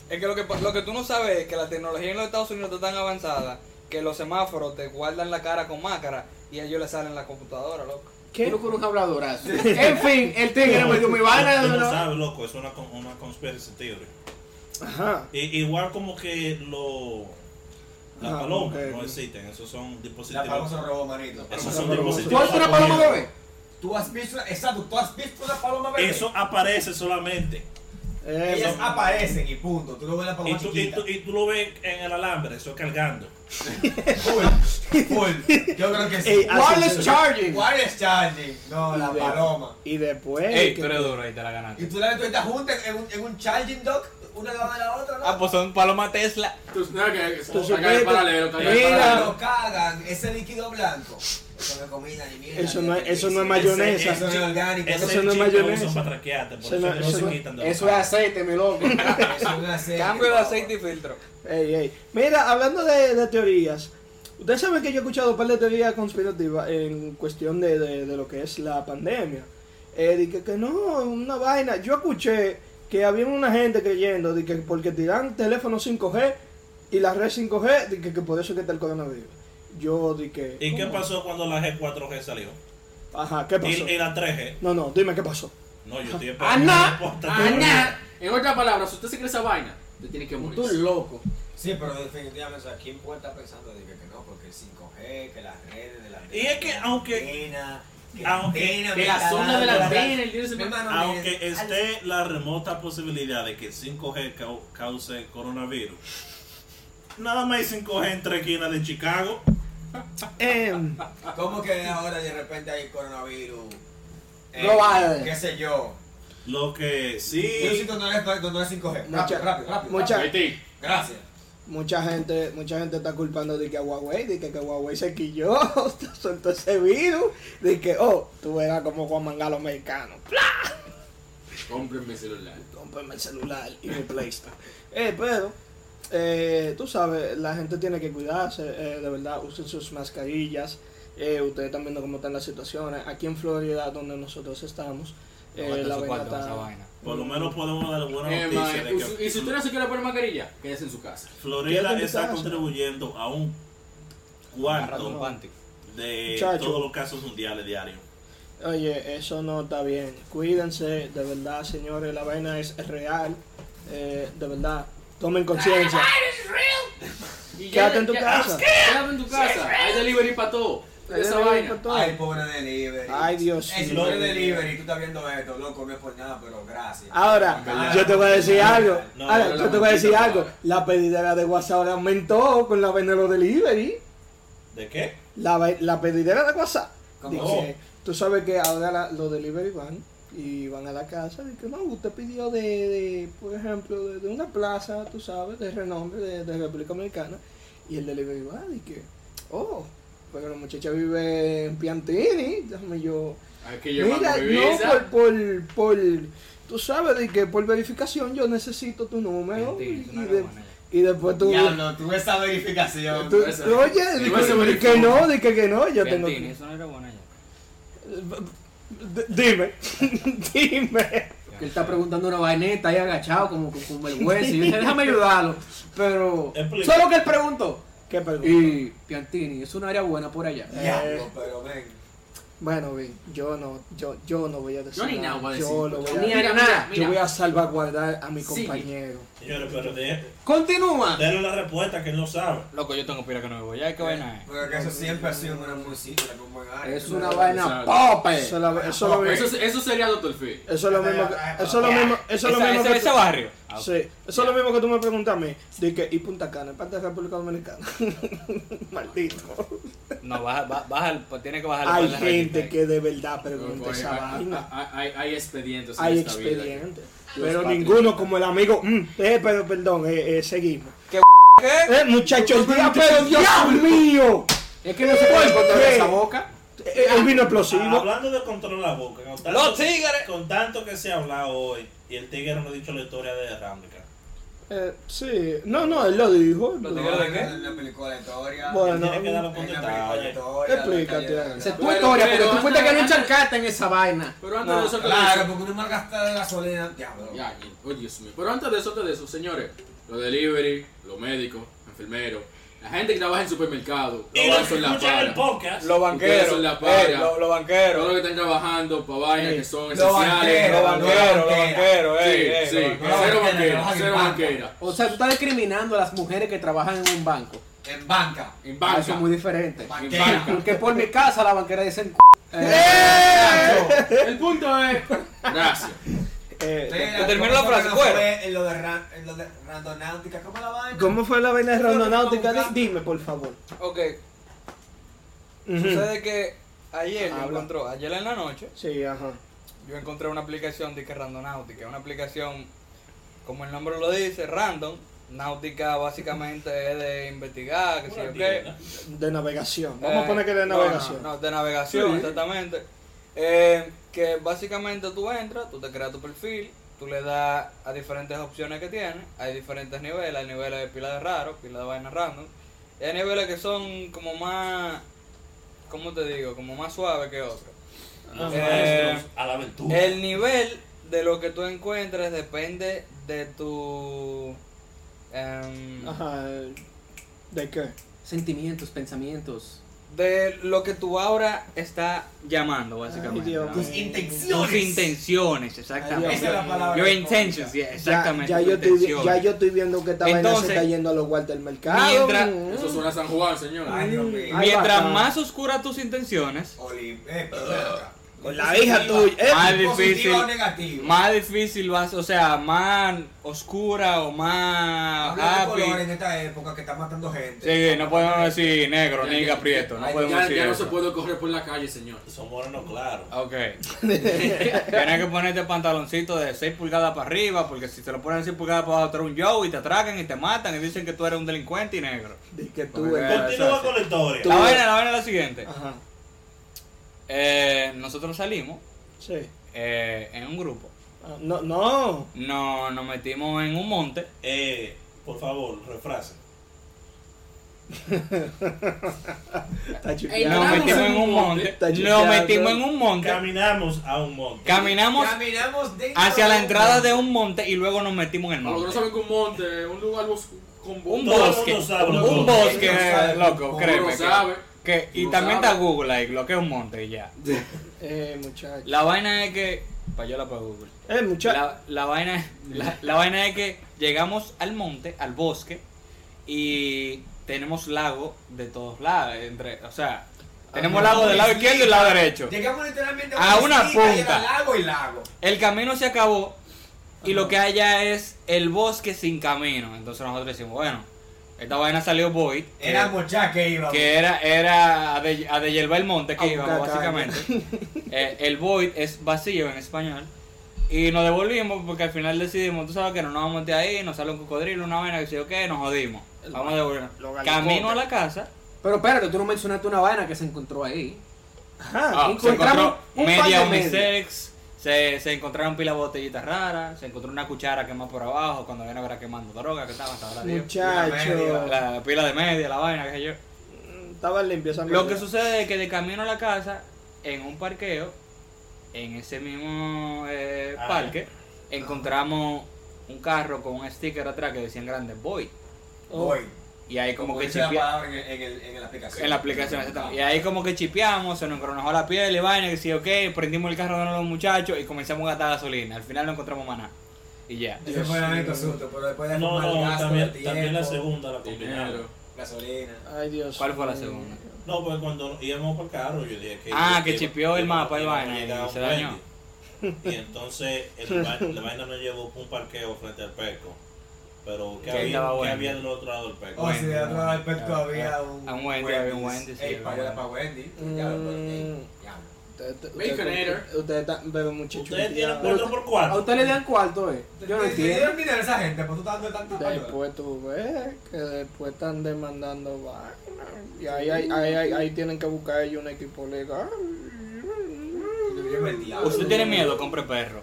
Es que lo, que pa- lo que tú no sabes es que la tecnología en los Estados Unidos está tan avanzada que los semáforos te guardan la cara con máscara y a ellos le salen la computadora, loco.
Yo no con un habladorazo. (laughs) en fin, el tigre me dio mi vaina.
Tú no
¿no?
sabes, loco, es una, con- una conspiracy theory.
Ajá.
I- igual como que lo... Las
Ah,
palomas
ok.
no existen, esos son
La paloma
dispositivos.
se robó, manito.
Esos
se
son
robó.
dispositivos.
¿Tú has visto una paloma
acogidos.
bebé?
Tú has visto, exacto, tú has visto la paloma verde.
Eso aparece solamente.
Eso.
Ellas aparecen y punto. Tú lo ves la
Y
paloma
tú, y,
chiquita.
tú, y tú lo ves en el alambre, eso cargando.
Full, full. (laughs) Yo creo que sí.
Ey, así
Wireless
se-
charging.
Wireless charging. No, la
Ey.
paloma.
Y después. que-
duro ahí, te la ganaste.
Y tú la ves toda junta en un, en un charging dock, una al lado de la otra, ¿no?
Ah, pues son palomas Tesla.
Tú sabes que
Tú
que- cagar
supiste.
el paralelo, cagar el
Mira.
Cuando
paralelo.
lo cagan, ese líquido blanco. Eso no es comida ni mierda.
Eso
ni
no es-
nada,
eso no es
ni-
mayonesa.
Eso no es orgánico. Eso,
Ese
Eso no es
chip lo
mayonesa.
usan para traquearte, por
Eso
eso
no-
no
eso
se
no-
quitan de la
Eso es
cara.
aceite, mi
(laughs)
loco.
eso no es
Eh,
aceite,
Cambio de
por
aceite y filtro.
Ey, ey. Mira, hablando de, de teorías, ustedes saben que yo he escuchado un par de teorías conspirativas en cuestión de, de- de lo que es la pandemia. Eh, de que, que no, una vaina. Yo escuché que había una gente creyendo de que porque tiran teléfono 5G y la red 5G, de que, que por eso es que está el coronavirus. Yo dije,
¿Y qué pasó cuando la G4G salió?
Ajá, ¿qué
Y,
pasó? Ah,
y la 3G.
No, no, dime qué pasó.
No, (laughs) yo estoy esperando.
Ana,
Ana. En otras palabras, si usted se cree esa vaina, te tiene que
Tú
morir.
loco.
favor. Sí, pero definitivamente, o sea, ¿quién puede estar pensando de que, que no? Porque el 5G, que las redes de la
Y es que aunque-
antena, que
aunque-
antena me
Que la
está
zona de
dando
la
la-
antena, el dios
Mi
de
hermano,
Aunque
mire, al-
esté la remota posibilidad de que el 5G cau- cause coronavirus, nada más hay 5G entre esquinas de Chicago.
Em,
¿Cómo que ahora de repente hay coronavirus? Eh,
Global.
¿Qué sé yo?
Lo que
Yo sí
sí.
donde no es, donde no es 5G. Rápido,
Mucha-
rápido, rápido.
mucha-
Haití.
Gracias.
mucha gente mucha gente está culpando de que a Huawei de que, que Huawei se quilló (laughs) soltó ese virus de que oh tú eras como Juan Mangalo mexicano
Compren mi celular.
cómprame el celular y mi PlayStation eh pero eh, tú sabes la gente tiene que cuidarse eh, de verdad usen sus mascarillas Eh, ustedes están viendo cómo están las situaciones. Aquí en Florida, donde nosotros estamos, eh, la
Aguanta su
vaina
cuarto con esa
está...
vaina.
Por lo menos podemos dar buena
Eh,
noticia
mae,
de
y su- y si usted
que
no se quiere poner mascarilla, quédese en su casa.
Florida
Quédate en
está
casa.
contribuyendo a un
Agarrado un
cuarto
panty.
de
Muchacho.
todos los casos mundiales diarios.
Oye, eso no está bien. Cuídense, de verdad, señores, la vaina es real. Eh, de verdad, tomen conciencia.
Y ya-
Quédate en tu
ya-
casa.
Quédate en tu casa. Hay delivery para todo.
Hay
Esa
delivery
vaina.
pa' todo.
Ay, pobre delivery.
Ay, Dios
Es
mío.
pobre delivery, tú estás viendo esto, loco, no es por nada, pero gracias.
Ahora,
Ah,
yo te voy a decir algo.
No,
Ahora,
no,
yo
la
te voy a decir
maldita
algo.
palabra.
La pedidera de WhatsApp ahora aumentó con la vaina de los delivery.
¿De qué?
La, va- la pedidera de WhatsApp.
¿Cómo?
Dice, tú sabes que ahora la- los delivery van y van a la casa. Y que no, usted pidió de, de, por ejemplo, de, de una plaza, tú sabes, de renombre de, de República Dominicana. Y el delivery va y que, oh, pero la muchacha vive en Piantini. Déjame yo.
Hay que
Mira,
llevar mi visa.
no, por, por, por, tú sabes, de que por verificación yo necesito tu número.
Mentira, es
Y,
una
de-
gran manera.
y después tú.
Diablo, tuve esa verificación.
tú-
esa-
oye, de
esa
que, de que
verificación.
no, de que, que no, yo tengo.
Piantini, eso no era buena ya.
D- Dime, (laughs) dime.
Que él está preguntando una vaineta ahí agachado como con, con vergüenza. (laughs) Y yo dije, déjame ayudarlo. Pero.
Explica.
Solo que él preguntó.
¿Qué pregunta?
Y Piantini, es un área buena por allá.
Diablo, pero ven.
Bueno, Vin, yo no, yo, yo no voy a decir
Yo ni nada voy a decir.
Yo lo voy a-
Ni nada, nada.
yo
Mira.
voy a salvaguardar a mi
Sigue.
compañero.
Señores, pero de-
Continúa.
denle la respuesta que él no sabe.
Loco, yo tengo pira que no me voy. Ya, ¿qué vaina es?
Porque eso siempre ha sido una musita, como en arte.
Es una
Pero-
vaina pope.
Eso,
Eso,
la- eso lo mismo,
es- eso sería Doctor Phil.
eso es lo mismo, que- eso es lo mismo, eso es lo
Esa-
mismo
ese-
que
ese
tú-
barrio. Ah,
Sí, eso es lo mismo que tú me preguntas a mí. De que, y Punta Cana, parte de República Dominicana. (laughs) Maldito.
No, baja, ba- baja, el- pues, tiene que bajar el
Hay
pan de
gente
raqueta.
que de verdad pregunta
Loco, Hay,
esa
hay-
vaina.
hay- hay- hay
Pues
expedientes. en
Hay
esta vida.
expedientes. Pero
patriarcas.
ninguno como el amigo. mm, eh, pero perdón, eh, eh, seguimos.
¿Qué?
Eh, muchachos,
Pero,
día,
pero,
pero
Dios
Dios mío.
Es que no se puede encontrar
¿Qué?
esa boca.
Eh, El
Ah,
vino explosivo.
Hablando de controlar la boca, con tanto,
Los tigres.
con tanto que se ha hablado hoy, y el tigre no ha dicho la historia de Ramlica.
Eh, sí, no, no, él lo dijo. él
Lo
lo-
dijo. ¿De qué?
En la película de historia.
Bueno,
Tiene que darlo con
en la película de
detalle.
historia.
Explícate,
la calle-
Ángel.
Se
la-
tu
Pero,
historia,
pero,
porque tú fuiste
anda,
que no
anda.
encharcaste en esa vaina.
Pero antes de eso, te
Claro, pues.
dice-
porque uno malgasta la gasolina. Diablo.
Ya, oh Dios mío. Pero antes de eso, antes de eso, señores, los delivery, los médicos, enfermeros, la gente que trabaja en supermercados,
Y
los
los
vasos
que
en la
escuchan el
para,
podcast,
Los
Ustedes
banqueros.
son la
eh,
para.
Los los
todos los
banqueros.
que están trabajando para vainas que son
Los
esenciales.
Los
banqueros,
banqueros, los
banquera.
banqueros.
Sí,
eh, eh,
sí,
los
cero
banquera,
banqueros.
banquera,
trabajan en
cero
banca.
banquera. O sea, tú estás discriminando a las mujeres que trabajan en un banco.
En banca.
En banca.
Eso es
muy diferente.
Banquera.
Porque por mi casa la banquera dicen eh, El punto es. Gracias.
Eh,
Mira,
termino la
¿cómo
frase,
no
cuero.
fue En lo de, ra- en lo de randonáutica, ¿cómo la vaina?
¿Cómo fue la vaina de Rondonáutica? Di- Dime, por favor.
Ok,
Ujú.
sucede que ayer yo
Habla.
encontró, ayer en la noche,
Sí, ajá.
yo encontré una aplicación de que Randonáutica, una aplicación, como el nombre lo dice, random. Náutica básicamente es de investigar, que sé yo qué.
Una
De navegación. Vamos
Eh,
a poner que de
no,
navegación.
No, no, de navegación,
Sí.
exactamente. Eh, que básicamente tú entras, tú te creas tu perfil, tú le das a diferentes opciones que tiene. Hay diferentes niveles, hay niveles de pila de raro, pila de vaina random. Y hay niveles que son como más, ¿cómo te digo? Como más suaves que otros.
los
Eh,
maestros a la aventura.
El nivel de lo que tú encuentres depende de tu... em,
Ajá. eh, ¿De qué?
Sentimientos, pensamientos.
de lo que tu aura está llamando, básicamente.
Ay, Dios
¿no?
Tus
mío.
intenciones.
Tus intenciones, exactamente.
Ay, Dios
Esa es la palabra.
Your intentions, yeah, exactamente.
Ya, ya
tus
yo estoy, vi-
intenciones.
ya yo estoy viendo que esta vaina se
Entonces,
está yendo a los guardas del mercado.
mientras-
Mm.
Eso suena a San Juan, señor.
Ay, Dios mío.
Ay,
Mientras
basta.
más oscuras tus intenciones,
Oli- eh, pero ven acá.
Con la hija tuya. Eh,
más difícil,
Positiva o negativa.
más difícil vas, o sea, más oscura o más
Habla de
happy.
colores en esta época que está matando gente.
Sí, no podemos decir negro
Ya,
ni
ya,
prieto, no
ya,
podemos
ya-
decir
ya no
eso.
se puede correr por la calle, señor.
Son morenos, claro.
(laughs)
Ok. Tienes que ponerte pantaloncito de 6 pulgadas para arriba, porque si te lo ponen 6 pulgadas para abajo, tú eres un yo y te atracan y te matan y dicen que tú eres un delincuente y negro.
di que tú
Porque-
eres-
Continúa con la historia.
Tú-
La vaina, la vaina es la siguiente.
Ajá.
Eh, nosotros salimos
Sí.
eh, en un grupo.
Ah, No, no.
No, nos metimos en un monte.
Eh, por favor, refrase.
Está
Nos
chupiado.
Entramos
metimos
en
en un
un
monte.
Está chupiado.
Nos metimos en un monte.
Caminamos a un monte.
Caminamos
Caminamos dentro
hacia la
del
entrada
monte.
de un monte y luego nos metimos en el
Para los que no
monte.
saben que un monte, un lugar bos- con
Un
Todo el
bosque.
mundo sabe lo que
Un
es.
bosque, eh,
Ellos saben,
loco,
Uno
créeme. que-
sabe.
que- y
Uno
también
sabe.
está Google ahí, lo que es un monte y ya.
Eh, muchacho.
La vaina es que. Para yo la para Google.
Eh, muchacho.
La, la vaina, la, la vaina es que llegamos al monte, al bosque, y tenemos lago de todos lados. Entre, o sea, tenemos lago del lado izquierdo y lado derecho.
Llegamos literalmente
A una
islita y era
punta.
lago y lago.
El camino se acabó y lo que hay ya es el bosque sin camino. Entonces nosotros decimos, bueno, esta vaina salió eh, Boyd. que-
Era mochá que iba.
que era, era a de, a de Yelva el Monte
A
que íbamos
buscar caña.
básicamente.
(laughs)
Eh, el void es vacío en español. Y nos devolvimos porque al final decidimos, tú sabes que no nos vamos a meter ahí, nos sale un cocodrilo, una vaina, que sé yo qué, nos jodimos. Vamos a devolvernos.
lo galipote.
Camino a la casa,
Pero espérate, tú no mencionaste una vaina que se encontró ahí.
Ajá.
ah, se
encontramos
encontró
un par
media
de medias.
unisex, se, se encontraron pila de botellitas raras, se encontró una cuchara quemada por abajo cuando viene a ver quemando droga, que estaba hasta ahora, Dios.
Muchacho.
La pila de media, la vaina, qué sé yo.
Mm, Estaba limpio esa
Lo
mierda.
que sucede es que de camino a la casa, en un parqueo, en ese mismo eh,
Ah.
parque, encontramos un carro con un sticker atrás que decía en grande Boy.
Voy.
Y ahí como,
Como
que
dice la
chipeamos.
palabra en, en el, en la aplicación.
En la aplicación, exactamente. Y ahí como que chipeamos, se nos encoronajó la piel y vaina, y decía, ok, prendimos el carro de uno de los muchachos y comenzamos a gastar gasolina. Al final no encontramos maná. Y ya.
Ese fue el único susto, pero después de
No,
fumar el
no,
gasto
también,
de tiempo,
también la segunda la combinaron.
Dinero.
gasolina.
Ah,
Ay, Dios.
¿Cuál fue la
mío.
segunda?
No, pues cuando íbamos por carro, yo dije que.
Ah,
iba-
que chipeó el
iba-
mapa y
iba a
vaina,
llegar
y
a un
se dañó.
puente. (laughs) Y entonces el va- la vaina nos llevó a un parqueo frente al Peco. Pero
Que
¿qué
ahí
había,
estaba
¿qué
Wendy.
había del otro lado del Peco?
Oh, si de otro lado del perco
Ah,
había
ah,
un.
ah, un Wendy, había un
Wendy's.
Wendy, sí,
Ey,
había
para
un
para Wendy. Ya,
Mm.
porque- ya.
Usted- usted-
Baconator.
usted- Usted está- bebe mucho
Ustedes
chupiado.
tienen 4 por 4
A usted le dan cuarto, eh. Yo no
Te- te
entiendo.
dieron dinero a esa gente, ¿por qué tú estás dando tanta palabra?
Después tú ves que después están demandando vaina. Y ahí, ahí, ahí, ahí, ahí tienen que buscar ellos un equipo legal.
Yo vivo el diablo.
Usted tiene miedo, compre perro.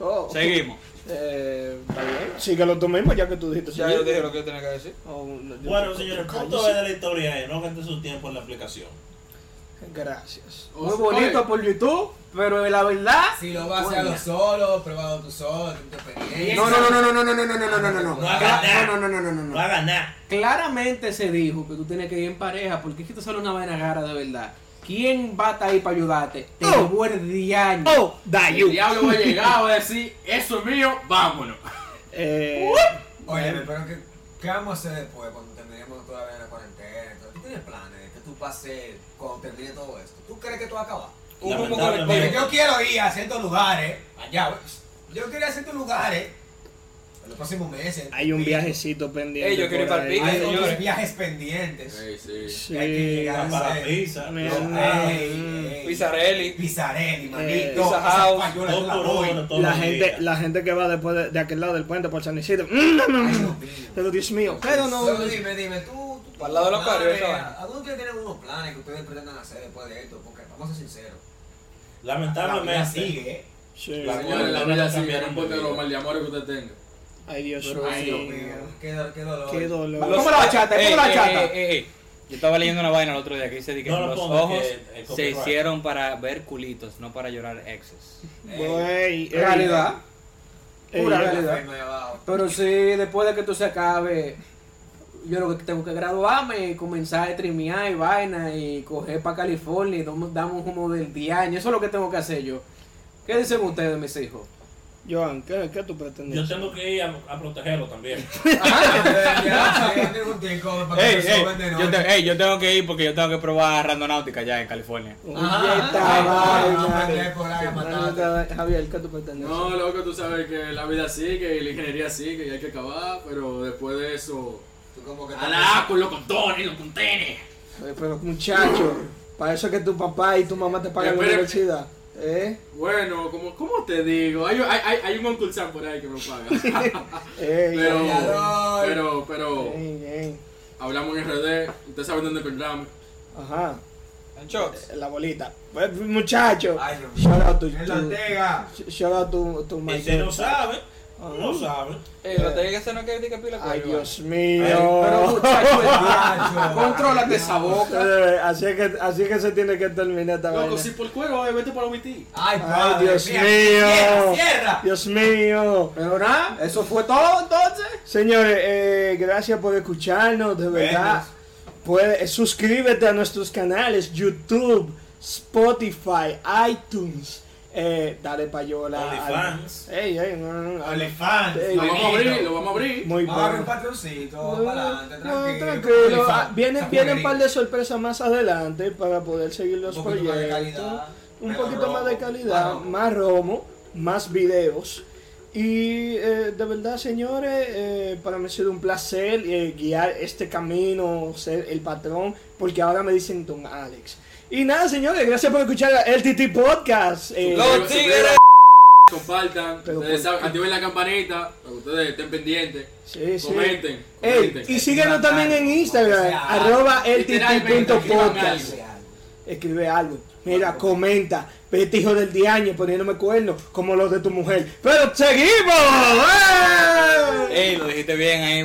Oh,
Seguimos.
eh, está bien. Síguelo tú mismo, ya que tú dijiste.
Ya yo dije lo que yo tenía que decir.
Oh, no, yo-
Bueno, señores, el punto
Cállese.
de la historia es no gasten su tiempo en la aplicación.
Gracias.
Muy bonito por YouTube, pero la verdad.
Si lo vas a hacer a lo solo, pruébalo tú solo, ten tu experiencia.
No, no, no, no, no, no, no, no, no, no, no, no, no.
No
hagas nada.
No, no, no, no, no,
No
no.
hagan nada.
Claramente se dijo que tú tienes que ir en pareja porque es que tú solo una vaina gara de verdad. ¿Quién va a estar ahí para ayudarte? Te
Oh.
llevó el diaño.
Oh,
El
Dayu.
diablo va a llegar, va a decir, eso es mío, vámonos.
Eh,
Oye, pero que, ¿qué vamos a hacer después cuando terminemos todavía la cuarentena? Entonces, ¿Tú tienes planes de que tú pases cuando termine todo esto? ¿Tú crees que tú vas a acabar?
Un grupo
Lamentablemente.
Porque
colectivo.
yo quiero ir a ciertos lugares, allá, güey. yo quiero ir a ciertos lugares en los próximos meses.
hay un
Sí.
viajecito pendiente.
Ey, yo quiero ir
por
pa'l
ahí.
pico.
Hay otros
Señores.
viajes pendientes.
Sí, sí.
Sí.
Hay que llegar.
La parapisa.
Me-
los-
Ey, ey.
Pizarelli.
Pizarelli,
Eh,
manito.
Pizza
Esa
House,
payola,
Dos
yo la
por
voy.
uno, todos
La
los
gente,
días.
la gente que va después de, de aquel lado del puente por San Isidro. "Mm,
Ay, Dios mío.
Pero Dios mío, pero no.
Solo dime, dime, tú, tú-
Para el lado de los
planes,
parios, esa vaina.
¿A dónde ustedes tienen unos planes que ustedes pretendan hacer después de esto? Porque vamos a ser sinceros. La vida
Lamentablemente.
sigue, ¿eh?
Sí.
La-
Señores, la
Bueno,
vida
no
sigue,
cambiaron
no importa
de vida.
lo mal de amores que usted tenga.
Ay, Dios mío.
Ay, Dios mío. Qué, do- qué dolor.
Qué dolor.
¿Cómo la bachata?
Ey,
¿Cómo la
ey,
bachata?
ey, ey, ey. eh, Yo estaba leyendo una vaina el otro día que dice de que
No lo
los
pongas,
ojos
que el
se
copyright.
hicieron para ver culitos, no para llorar exes.
Güey, ey,
Realidad.
ey,
Pura
ey,
Ay,
realidad.
me abajo.
Pero sí, después de que tú se acabe, yo lo que tengo que graduarme y comenzar a streamear y vaina y coger para California y damos, damos como del día año. Eso es lo que tengo que hacer yo. ¿Qué dicen ustedes, mis hijos?
Joan, ¿qué, qué tú
Yo
pretendes?
tengo que ir a, a protegerlo también.
Ya, ya, ya tengo un tiempo para que
Ey,
se
ey,
soben de
yo,
noche.
te- ey, yo tengo que ir porque yo tengo que probar randonáutica ya en California.
Oye,
Ah.
Ajá.
esta
Ay,
vaina.
Ah, no, mandé por ahí a matar.
Esta- Javier, ¿qué tú pretendes?
No, loco, tú sabes que la vida sigue y la ingeniería sigue y hay que acabar, pero después de eso.
Tú como que
A la A con los contones, los contenes.
Eh, Pero muchacho, para eso es que tu papá y tu mamá te pagan la
Espera.
universidad. ¿Eh?
Bueno, como, ¿cómo te digo? Hay, hay, hay, hay un Uncle Sam por ahí que me paga.
Ey,
pero,
Soñador.
pero, pero,
ey, ey.
hablamos en RD, ustedes saben dónde encontramos.
Ajá,
En shorts.
eh, la bolita. Pues, muchacho,
Ay, Dios mío.
shout out to,
El
to-
Ortega.
shout out to, to
Y se
Michael.
lo sabe. No saben.
Eh, lo tenía que hacer no que diga pila
Ay,
cuello,
Dios
Pero
mío.
(laughs) muchacho,
Muchacho.
contrólate esa boca.
Eh, Así es que, así es que se tiene que terminar esta
Loco,
vaina.
si por cuero, eh, vete para omitir.
Ay,
Ay, padre,
Dios
mira,
mío.
Cierra, cierra.
Dios mío.
Pero nada, eso fue todo entonces.
Señores, eh, gracias por escucharnos, de verdad. Pues, eh, suscríbete a nuestros canales, YouTube, Spotify, iTunes. Eh, dale payola.
OnlyFans.
Ey, ey, no, no, no.
OnlyFans.
Ey,
Lo vamos a abrir,
Benito.
lo vamos a abrir.
Muy
Vamos a abrir
bueno.
un patroncito, para
No,
adelante,
no,
tranquilo.
tranquilo. Ah,
OnlyFans.
Vienen,
Está
vienen un
bonito.
par de sorpresas más adelante para poder seguir los
Un poquito más de
proyectos.
calidad.
Un
Menos
poquito más
robo.
de calidad,
Ah, no.
más romo, más videos. Y eh, de verdad, señores, eh, para mí ha sido un placer eh, guiar este camino, ser el patrón, porque ahora me dicen Don Alex. Y nada, señores, gracias por escuchar el TT Podcast. Eh,
Los
Suscríbanse,
tigres.
Compartan,
Pero
ustedes
por-
saben, activen la campanita para que ustedes estén pendientes.
sí, sí.
Comenten,
Ey,
comenten.
y síguenos también en Instagram, arroba el
Literalmente, escríbanme
podcast.
algo.
escribe algo. Mira, comenta, vete hijo del diaño poniéndome cuernos como los de tu mujer. Pero seguimos. ¡Eh!
Ey, lo dijiste bien ahí.